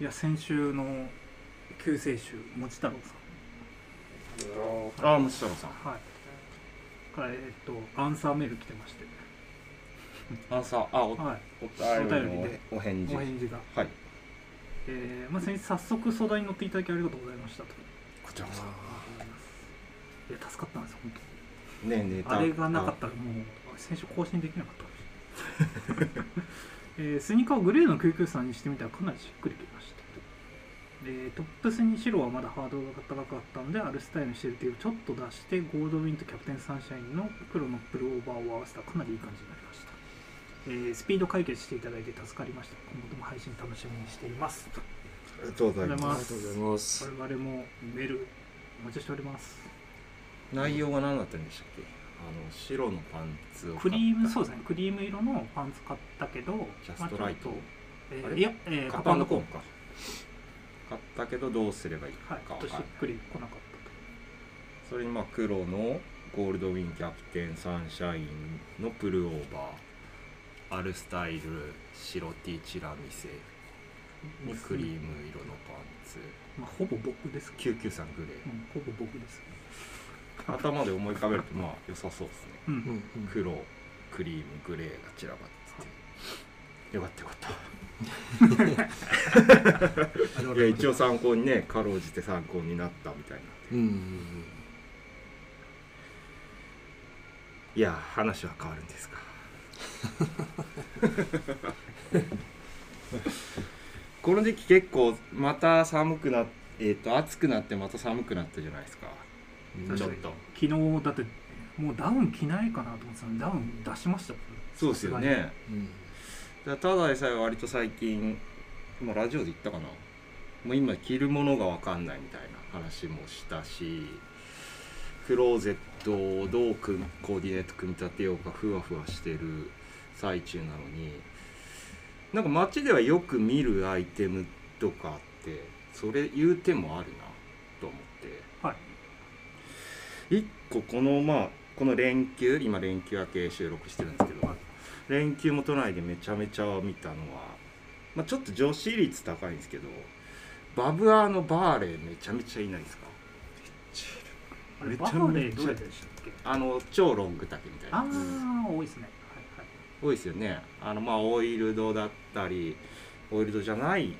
いや先週の救世主持太郎ああ、もち太郎ささん。んはいからえっとアンサーメール来てましてあさ、あ、お、おはいお便便りでりのお返事。お返事が、はい。えーまあ、先日早速相談に乗っていただきありがとうございましたとこちらこいや助かったんですよ本そ。ねえ、ネ当あれがなかったらもう先週更新できなかったかもしれない、えースニーカーをグレーの99さんにしてみたらかなりしっくりきましたでトップスに白はまだハードルが高かったのでアルスタイルにしてるっていうちょっと出してゴールドウィンとキャプテンサンシャインの黒のプルオーバーを合わせたらかなりいい感じになりました、えースピード解決していただいて助かりました今後とも配信楽しみにしていますありがとうございあまりがすとうございます。我々もメールお待ちしております内容が何だったんでしたっけ。あの、白のパンツを買った。クリームそうですねクリーム色のパンツ買ったけどジャストライトまあちょっとえあーれいや、えー、カカッパパンンドドココーーンンか。買ったけど、どうすればいいか。はいちょっとしっくりこなかったとそれに、まあ、黒のゴールドウィンキャプテンサンシャインのプルオーバー。アルスタイル白 T チラ見せにクリーム色のパンツまあ、ほぼ僕ですけど、 993グレうーん、ほぼ僕ですね頭で思い浮かべるとまあ良さそうですねううんん、黒クリームグレーが散らばっててよかったよかっありがとうごたいやざいます一応参考にねかろうじて参考になったみたいなうんうんうん。いや話は変わるんですか この時期結構また寒くなっえっ、と暑くなってまた寒くなったじゃないですか確ちょかっにと昨日だってもうダウン着ないかなと思ってたのにダウン出しましたもんねそうですよねうんだからただでさえ割と最近今ラジオで言ったかなもう今着るものが分かんないみたいな話もしたしクローゼットをどう組むコーディネート組み立てようかふわふわしてる最中なのになんか街ではよく見るアイテムとかあってそれ言う手もあるなと思って。はい一個このまあこの連休今連休明け収録してるんですけど連休も都内でめちゃめちゃ見たのは、まあ、ちょっと女子率高いんですけどバブアーのバーレーめちゃめちゃいないですかあれめちバゃめちゃーレーどれでしたっけあの超ロング丈みたいなあやつあ多いですねは多いですよねあのまあオイルドだったりオイルドじゃない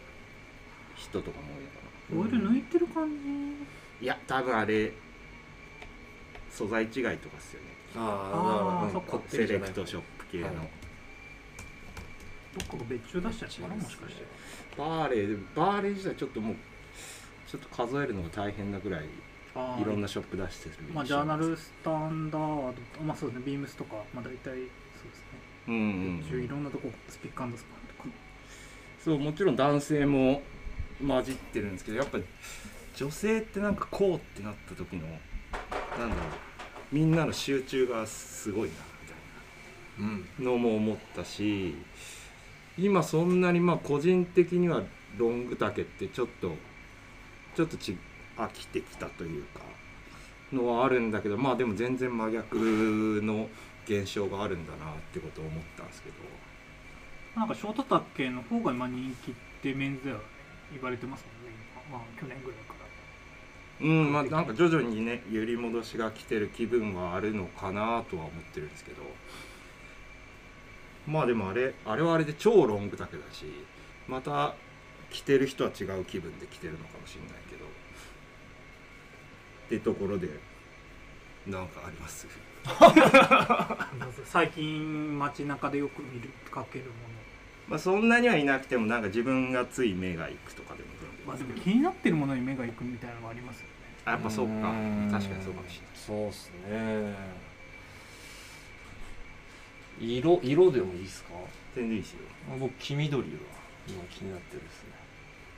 人とかも多いのかないはいオイル抜いてる感じいや多分あれ素材違いとかっすよねあああ、ーだそかっらかこってセりじレゃなクい。トショップ系の、はいどっかが別注出したやつかなもしかしてバーレーバーレー自体ちょっともうちょっと数えるのが大変なぐらいあいろんななショップ出してるまあジャーナルスタンダードまあそうですねビームスとかまあ大体そうですねうんうん一応いろんなとこスピックアンドスパンとかそうもちろん男性も混じってるんですけどやっぱ女性ってなんかこうってなった時のなんだろうみんなの集中がすごいなみたいなうん。のも思ったし今そんなにまあ個人的にはロング丈ってちょっとちょっとち飽きてきたというかのはあるんだけどまあでも全然真逆の現象があるんだなってことを思ったんですけどなんかショートタッケの方が今人気ってメンズでは言われてますもんね今まあ去年ぐらいからうんまあなんか徐々にね揺り戻しが来てる気分はあるのかなとは思ってるんですけどまあでもあれあれはあれで超ロング丈だしまた着てる人は違う気分で着てるのかもしれないけどってところでなんかあります 最近街中でよく見るかけるもまあそんなにはいなくてもなんか自分がつい目が行くとかでも全然のまあでも気になってるものに目が行くみたいなのがありますよねあやっぱそうかん確かにそうかもしれない。そうっすね。色色でもいいですか？全然いいですよ僕黄緑は今気になってるですね。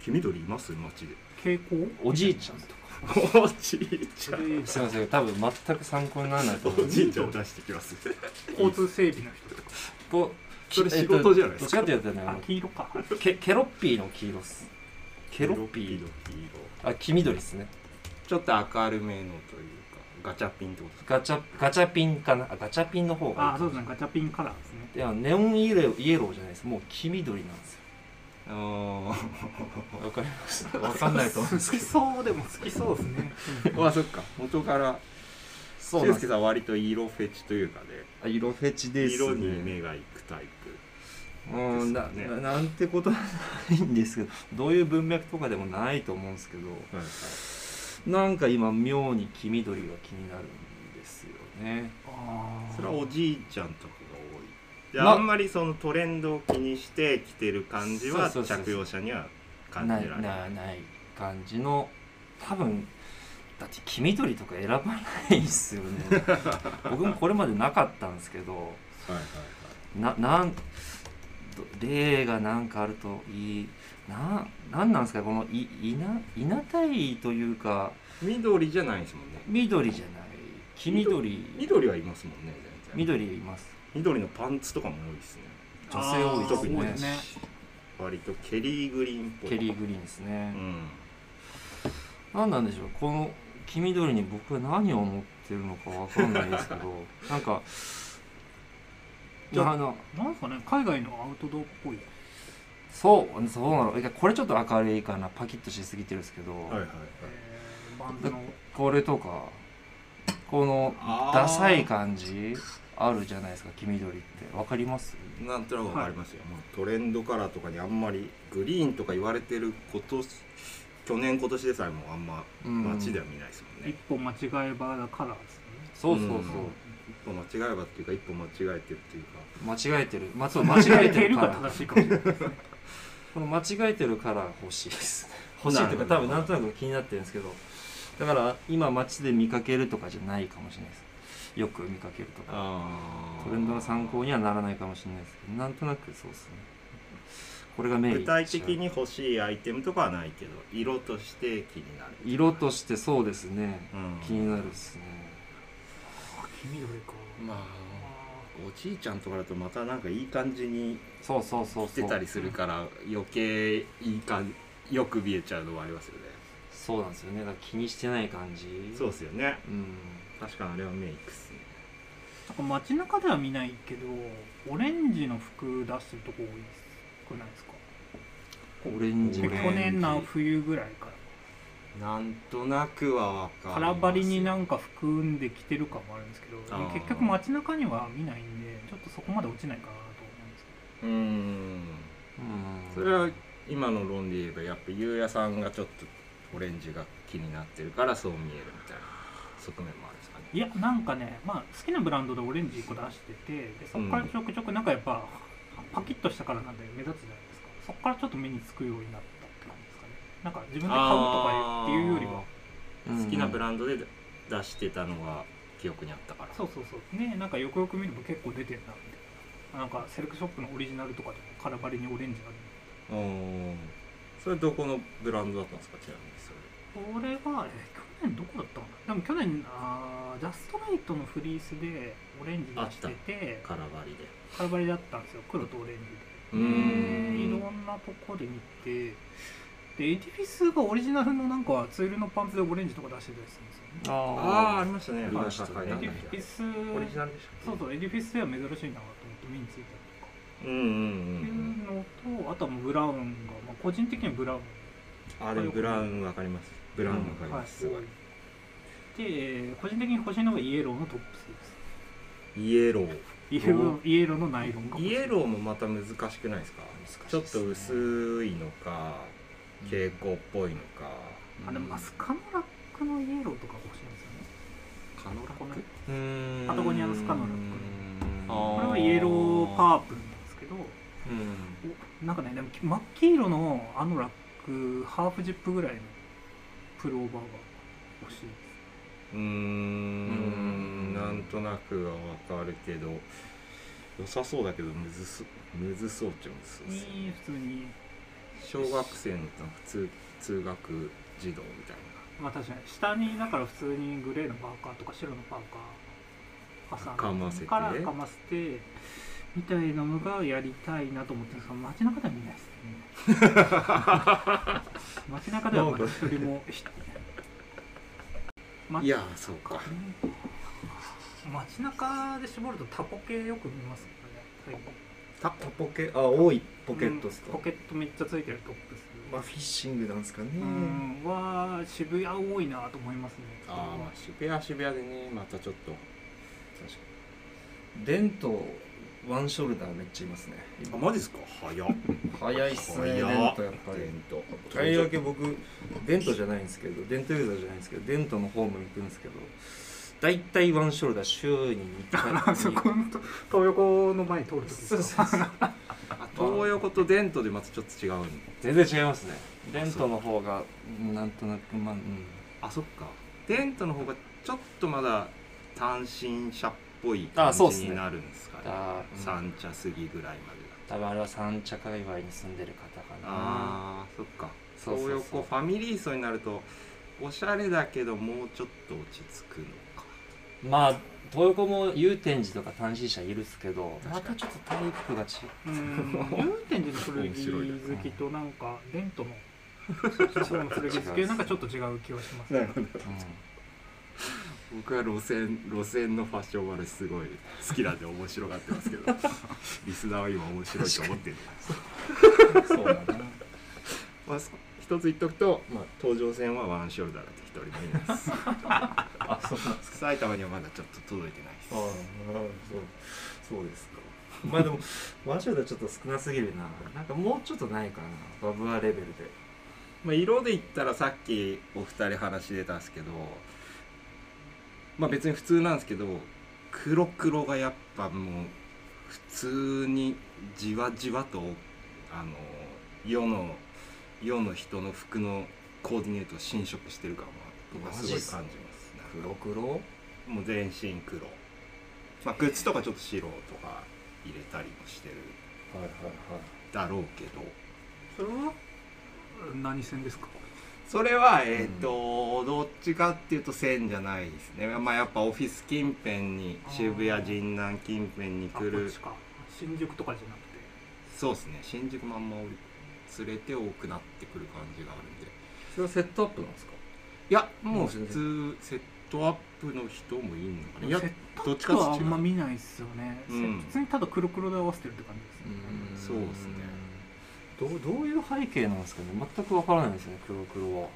黄緑います街で傾向おじいちゃんとか。 おじいちゃんですみません、多分全く参考にならないと思うお。じいちゃん出してきます交通整備の人とかこそれ仕事じゃないですかどっちかって言ったらあね、黄色かあのケケロッピーの黄色っす。ケロッピー。の黄あ、黄緑っすね。色ちょっと明るめのというかガチャピンってことですかガチャガチャピンかな。あ、ガチャピンの方がいい。あそうですねガチャピンカラーですねいやネオンイエローイエローじゃないですもう黄緑なんですよあーわかりました わかんないと思うんです好けきそうでも好きそうですねまあそっか元からど俊そうなんで介すさん割と色フェチというかねあ色フェチですね色に目がいくタイプうんなですよななんてことはないんですけどどういう文脈とかでもないと思うんですけどはいはいなんか今妙に黄緑が気になるんですよねああそれはおじいちゃんとかが多いでまあんまりそのトレンドを気にして着てる感じはそうそうそうそう着用者には感なじられないなない感じの多分だって黄緑とか選ばないですよね僕もこれまでなかったんですけどはいはいななんど例がなんかあるといいななんなんですかこのい稲稲体というか緑じゃないですもんね緑じゃない黄緑緑はいますもんね全然緑います緑のパンツとかも多いですね女性多いです特にねね割とケリーグリーンっぽいケリーグリーンですね、うんなんなんでしょうこの黄緑に僕は何を思ってるのかわかんないですけどなんかじゃああのなんかね海外のアウトドアっぽいそうそうなのいやこれちょっと明るいかなパキッとしすぎてるんですけど、はいはいはいえーバンドのこれとかこのあーダサい感じあるじゃないですか黄緑ってわかりますなんとなくわかりますよ、もうトレンドカラーとかにあんまりグリーンとか言われてること去年今年でさえもあんまうん街では見ないですもんね、一歩間違えばカラーですねそうそうそう、一歩間違えばっていうか一歩間違えてるっていうか間違えてる、まあ、そう間違えてるがから正しいかもしれないですねこの間違えてるカラー欲しいです欲しいというかな多るほ分どなんとなく気になってるんですけどだから今街で見かけるとかじゃないかもしれないですよく見かけるとかあトレンドの参考にはならないかもしれないですけどなんとなくそうですねこれがメイン具体的に欲しいアイテムとかはないけど色として気になる色としてそうですねうん気になるですねあ黄緑かまああおじいちゃんとかだとまたなんかいい感じにそうそうそう着そてうたりするから余計いい感じよく見えちゃうのもありますよねそうなんですよねだから気にしてない感じそううですよねうん確かにあれはメイクっすねーなんか街中では見ないけどオレンジの服出してるとこ多いですくないですかオレンジ去オレンジ年の冬ぐらいからなんとなくはわかります空張りになかんか含んできてる感もあるんですけどあー結局街中には見ないんでちょっとそこまで落ちないかなと思うんですけうんうんそれは今の論で言えばやっぱゆうやさんがちょっとオレンジが気になってるからそう見えるみたいな側面もあるんですかねどいやなんかね、まあ、好きなブランドでオレンジ1個出しててでそこからちょくちょくなんかやっぱ、パキッとしたからなんで目立つじゃないですかそこからちょっと目につくようになったって感じですかねなんか自分で買うとかっていうよりはうん好きなブランドで出してたのが記憶にあったからそうそうそうねなんかよくよく見れば結構出てるなみたいななんかセレクショップのオリジナルとかでも空張りにオレンジあるうーんそれどこのブランドだったんですかちなみにそれこれはえ去年どこだったのかなでも去年あージャストライトのフリースでオレンジ出しててカラバリでカラバリだったんですよ黒とオレンジうででいーんろんなとこで見てでエディフィスがオリジナルのなんかツールのパンツでオレンジとか出してたりするんですよねあああありましたねありましたねはいはいはいエデなィんだっフィけスオリジナルでしたっけそうそうエディフィスでは珍しいなと思って目についたりとかうんうんっていううのんとあとはもうブラウンが、まあ、個人的にはブラウンあれブラウンわかりますブラウンわかります、はい、で個人的に欲しいのがイエローのトップスですイエローイエローイエローのナイロンがイエローもまた難しくないですか難しいですねちょっと薄いのか蛍光っぽいのか、あでもアスカノラックのイエローとか欲しいんですよねカノラこのうんパタゴニアのスカノラックあこれはイエローパープルなんですけどうんおなんかねでも真っ黄色のあのラックハーフジップぐらいのプルオーバーが欲しいでうーんうーんなんとなくはわかるけど良さそうだけどむずそむずそうっちゃむずそうですすいい普通に小学生のなんか通通学児童みたいまあ確かに下にだから普通にグレーのパーカーとか白のパーカー挟んでかませてからかませてみたいなのがやりたいなと思ってるんですが街中では見ないですね 街中ではまだ一人もひなまいやーそうか街中で絞るとタコ系よく見ますよね最近タコポケあ多いポケットですうんか、ポケットめっちゃついてるトップスまあフィッシングなんですかね、うんは渋谷多いなと思いますねあーまあ渋谷は渋谷でねまたちょっと確かにデントワンショルダーめっちゃいますねあマジっすか早っ早いっすねデン早っトやっぱり伝統とりわけ僕デントじゃないんですけどデントユーザーじゃないんですけどデントのホーム行くんですけど大体ワンショルダー週に2 あ回 そこのと東横の前通るときそうそうそうあ東横と伝統でまたちょっと違うんだ全然違いますねレントの方がなんとなくまあ、うん、あそっかデントの方がちょっとまだ単身者っぽいあ感じそうっすねになるんですかねあーうん三茶過ぎぐらいまでだ多分あれは三茶界隈に住んでる方かなあーそっかそ東うそうそう横ファミリー層になるとおしゃれだけどもうちょっと落ち着くのかまあ東横も祐天寺とか単身者いるっすけど確かまにたちょっとタイプが違ううん天寺の古着好きとなんかデントのそうの古着好 きなんかちょっと違う気はしますねほど僕は路線路線のファッション割れすごい好きなんで面白がってますけ どリスナーは今面白いと思ってるのかなそうだ なまあ、そ一つ言っとくと、まあ、東上線はワンショルダーだって一人もいないです あそうなんですか埼玉にはまだちょっと届いてないですああそうそうですかまあでもワンショルダーちょっと少なすぎるななんかもうちょっとないかなバブアレベルでまあ、色で言ったらさっきお二人話出たんですけどまあ別に普通なんですけど黒黒がやっぱもう普通にじわじわとあの世の世の人の服のコーディネートを侵食してる感は僕はすごいマジ感っじすますかなんか黒黒もう全身黒、まあ、靴とかちょっと白とか入れたりもしてるはいはいはいだろうけどそれは何線ですかそれはえっ、と、どっちかっていうと線じゃないですねまあやっぱオフィス近辺にあー渋谷神南近辺にあこ来っるちか新宿とかじゃなくてそうですね新宿まんま降り連れて多くなってくる感じがあるんでそれはセットアップなんですかいやもうもう全普然通セットアップの人もいんのかないやセッどっちトアッかっプはあつんま見ないっすよね、うん普通にただ黒黒で合わせてるって感じですねそうですねどうどういう背景なんですかね全くわからないですね黒黒は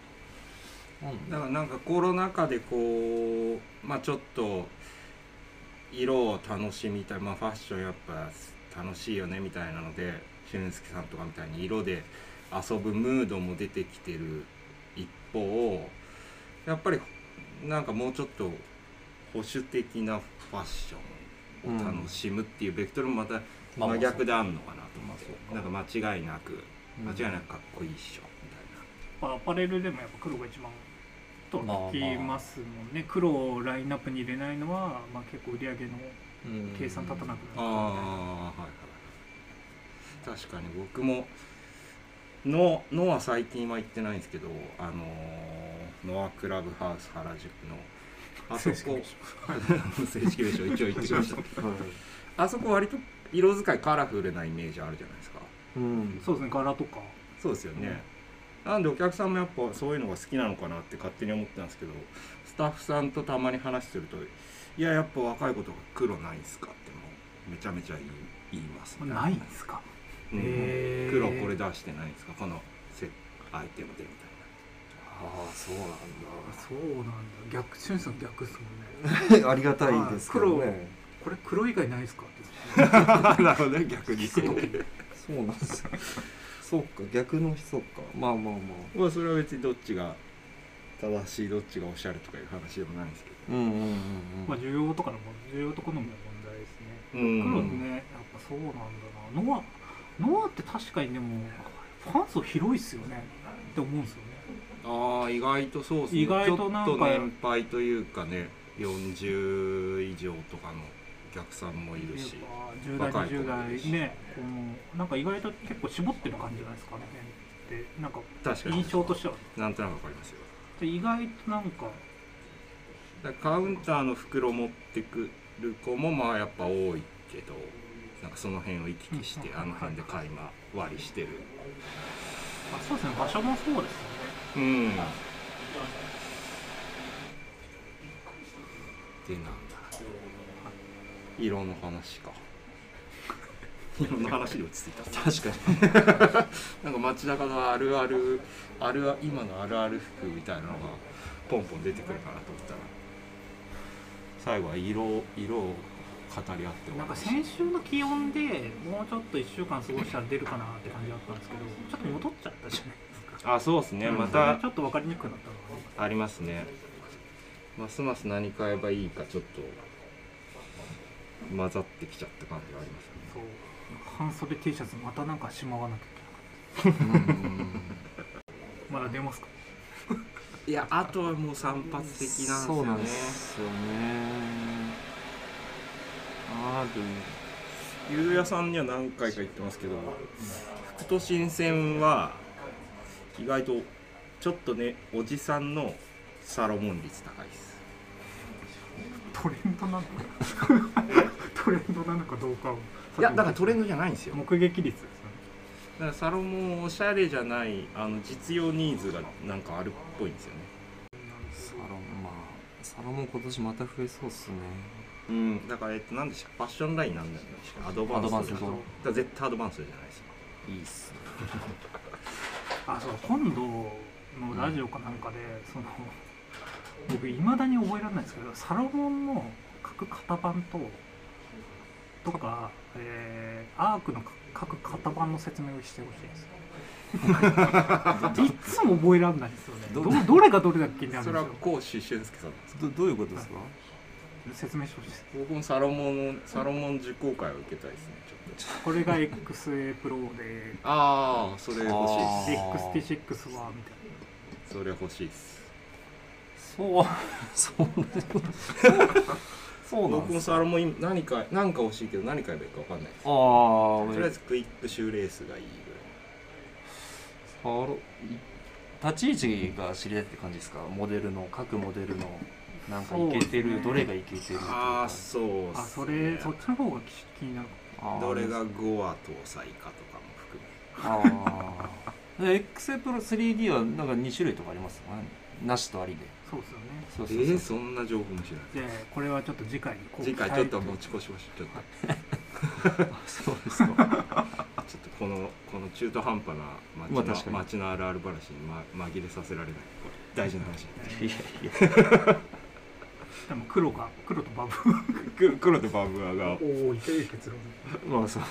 なんだだからなんかコロナ禍でこうまあちょっと色を楽しみたい、まあ、ファッションやっぱ楽しいよねみたいなので俊介さんとかみたいに色で遊ぶムードも出てきてる一方やっぱりなんかもうちょっと保守的なファッションを楽しむっていうベクトルもまたまあまあ真逆であんのかなと思っまあてそうなかんか間違いなくうん間違いなくかっこいいっしょみたいな。やっぱアパレルでもやっぱ黒が一番とは聞きますもんね、黒をラインナップに入れないのは、まあ、結構売り上げの計算立たなくなるああはいはい確かに僕もののは最近は行ってないんですけどあのーノアクラブハウス原宿のあそこ正式名称一応行ってきました あそこ割と色使いカラフルなイメージあるじゃないですかうんそうですね柄とかそうですよね、なんでお客さんもやっぱそういうのが好きなのかなって勝手に思ってたんですけどスタッフさんとたまに話すると「いややっぱ若い子とか黒ないんすか?」ってもうめちゃめちゃ言い言いますまねあないんですかうんへー黒これ出してないんですかこのセアイテムでみたいああそうなんだそうなんだ逆俊さん逆っすもんねありがたいですけどはいねこれ黒以外ないですかって ななるほどね逆にそう そうなんですよそうか逆の人かまあまあまあまあそれは別にどっちが正しいどっちがおしゃれとかいう話でもないんですけうんうんうんうまあん需要とかの問題需要と好みの問題ですねど黒ねやっぱそうなんだなノアノアって確かにでもファン層広いっすよねって思うんですよねああ意外とそうですね意外となんかちょっと年配というかね40以上とかのお客さんもいるし10代若い子20もいるし代ねこのなんか意外と結構絞ってる感じじゃないですかねってなんか確かに印象としてはなんとなくわかりますよで意外となんかだからカウンターの袋持ってくる子もまあやっぱ多いけどなんかその辺を行き来してうんあの辺で買いま割りしてるあそうですね場所もそうですねうんでなんだ色の話か日本の話で落ち着いた確かに なんか街中があるあるあるあ今のあるある服みたいなのがポンポン出てくるかなと思ったら最後は色を色を語り合って終なんかわり先週の気温でもうちょっと1週間過ごしたら出るかなって感じだったんですけどちょっと戻っちゃったじゃないですかあそうですねうんまそれたちょっと分かりにくくなったのがありますありますねますます何買えばいいかちょっと混ざってきちゃった感じがありますねそう半袖 T シャツまたなんかしまわなきゃいけなかったまだ出ますかいやあとはもう散発的なんそうなんでですよねすよねあるゆうやさんには何回か言ってますけど副都心線は意外とちょっとねおじさんのサロモン率高いですトレンドなのかトレンドなのかどうかをいやだからトレンドじゃないんですよだ目撃率ですよねからサロモンおしゃれじゃないあの実用ニーズがなんかあるっぽいんですよねサロンまあサロンも今年また増えそうっすねうんだからえっと何でしたファッションラインなんだよねアドバンスアドバンスだそうから絶対アドバンスじゃないですよいいっすねあそう今度のラジオかなんかで、その僕いまだに覚えられないんですけどサロモンの各型番ととか、えーアークの各型番の説明をしてほしいですいっつも覚えられないですよねどどどれがどれだっけになるんそでれはすよ講師俊介さんなんですかどどういうことですか説明してほしいです僕もサロモンサロモン受講会を受けたいですねちょっとこれが XA プロでああそれ欲しいあーで XT6 はみたいなすそれ欲しいですそうそうそうなん僕でもすサロモン何か何か欲しいけど何買えばいいか分かんないですああとりあえずクイックシューレースがいいサロい立ち位置が知り合いって感じですかモデルの各モデルのなんかいけてそうでる、すねどれがいけてるぐらいああそうっすねあそれそっちの方が気になるあーどれが5話搭載かとかも含めああ XA プロ 3D はなんか2種類とかありますよねなしとありでそうですよねそうそうそう、えー、そんな情報も知らないじゃあこれはちょっと次回にこう次回ちょっと持ち越しましょうちょっそうです かとちょっとこのこの中途半端なまあ街確かの,、に街のあるある話に、ま、紛れさせられないこれ大事な話えーでも黒が黒とバブく黒とバブアが多いという結論まあそう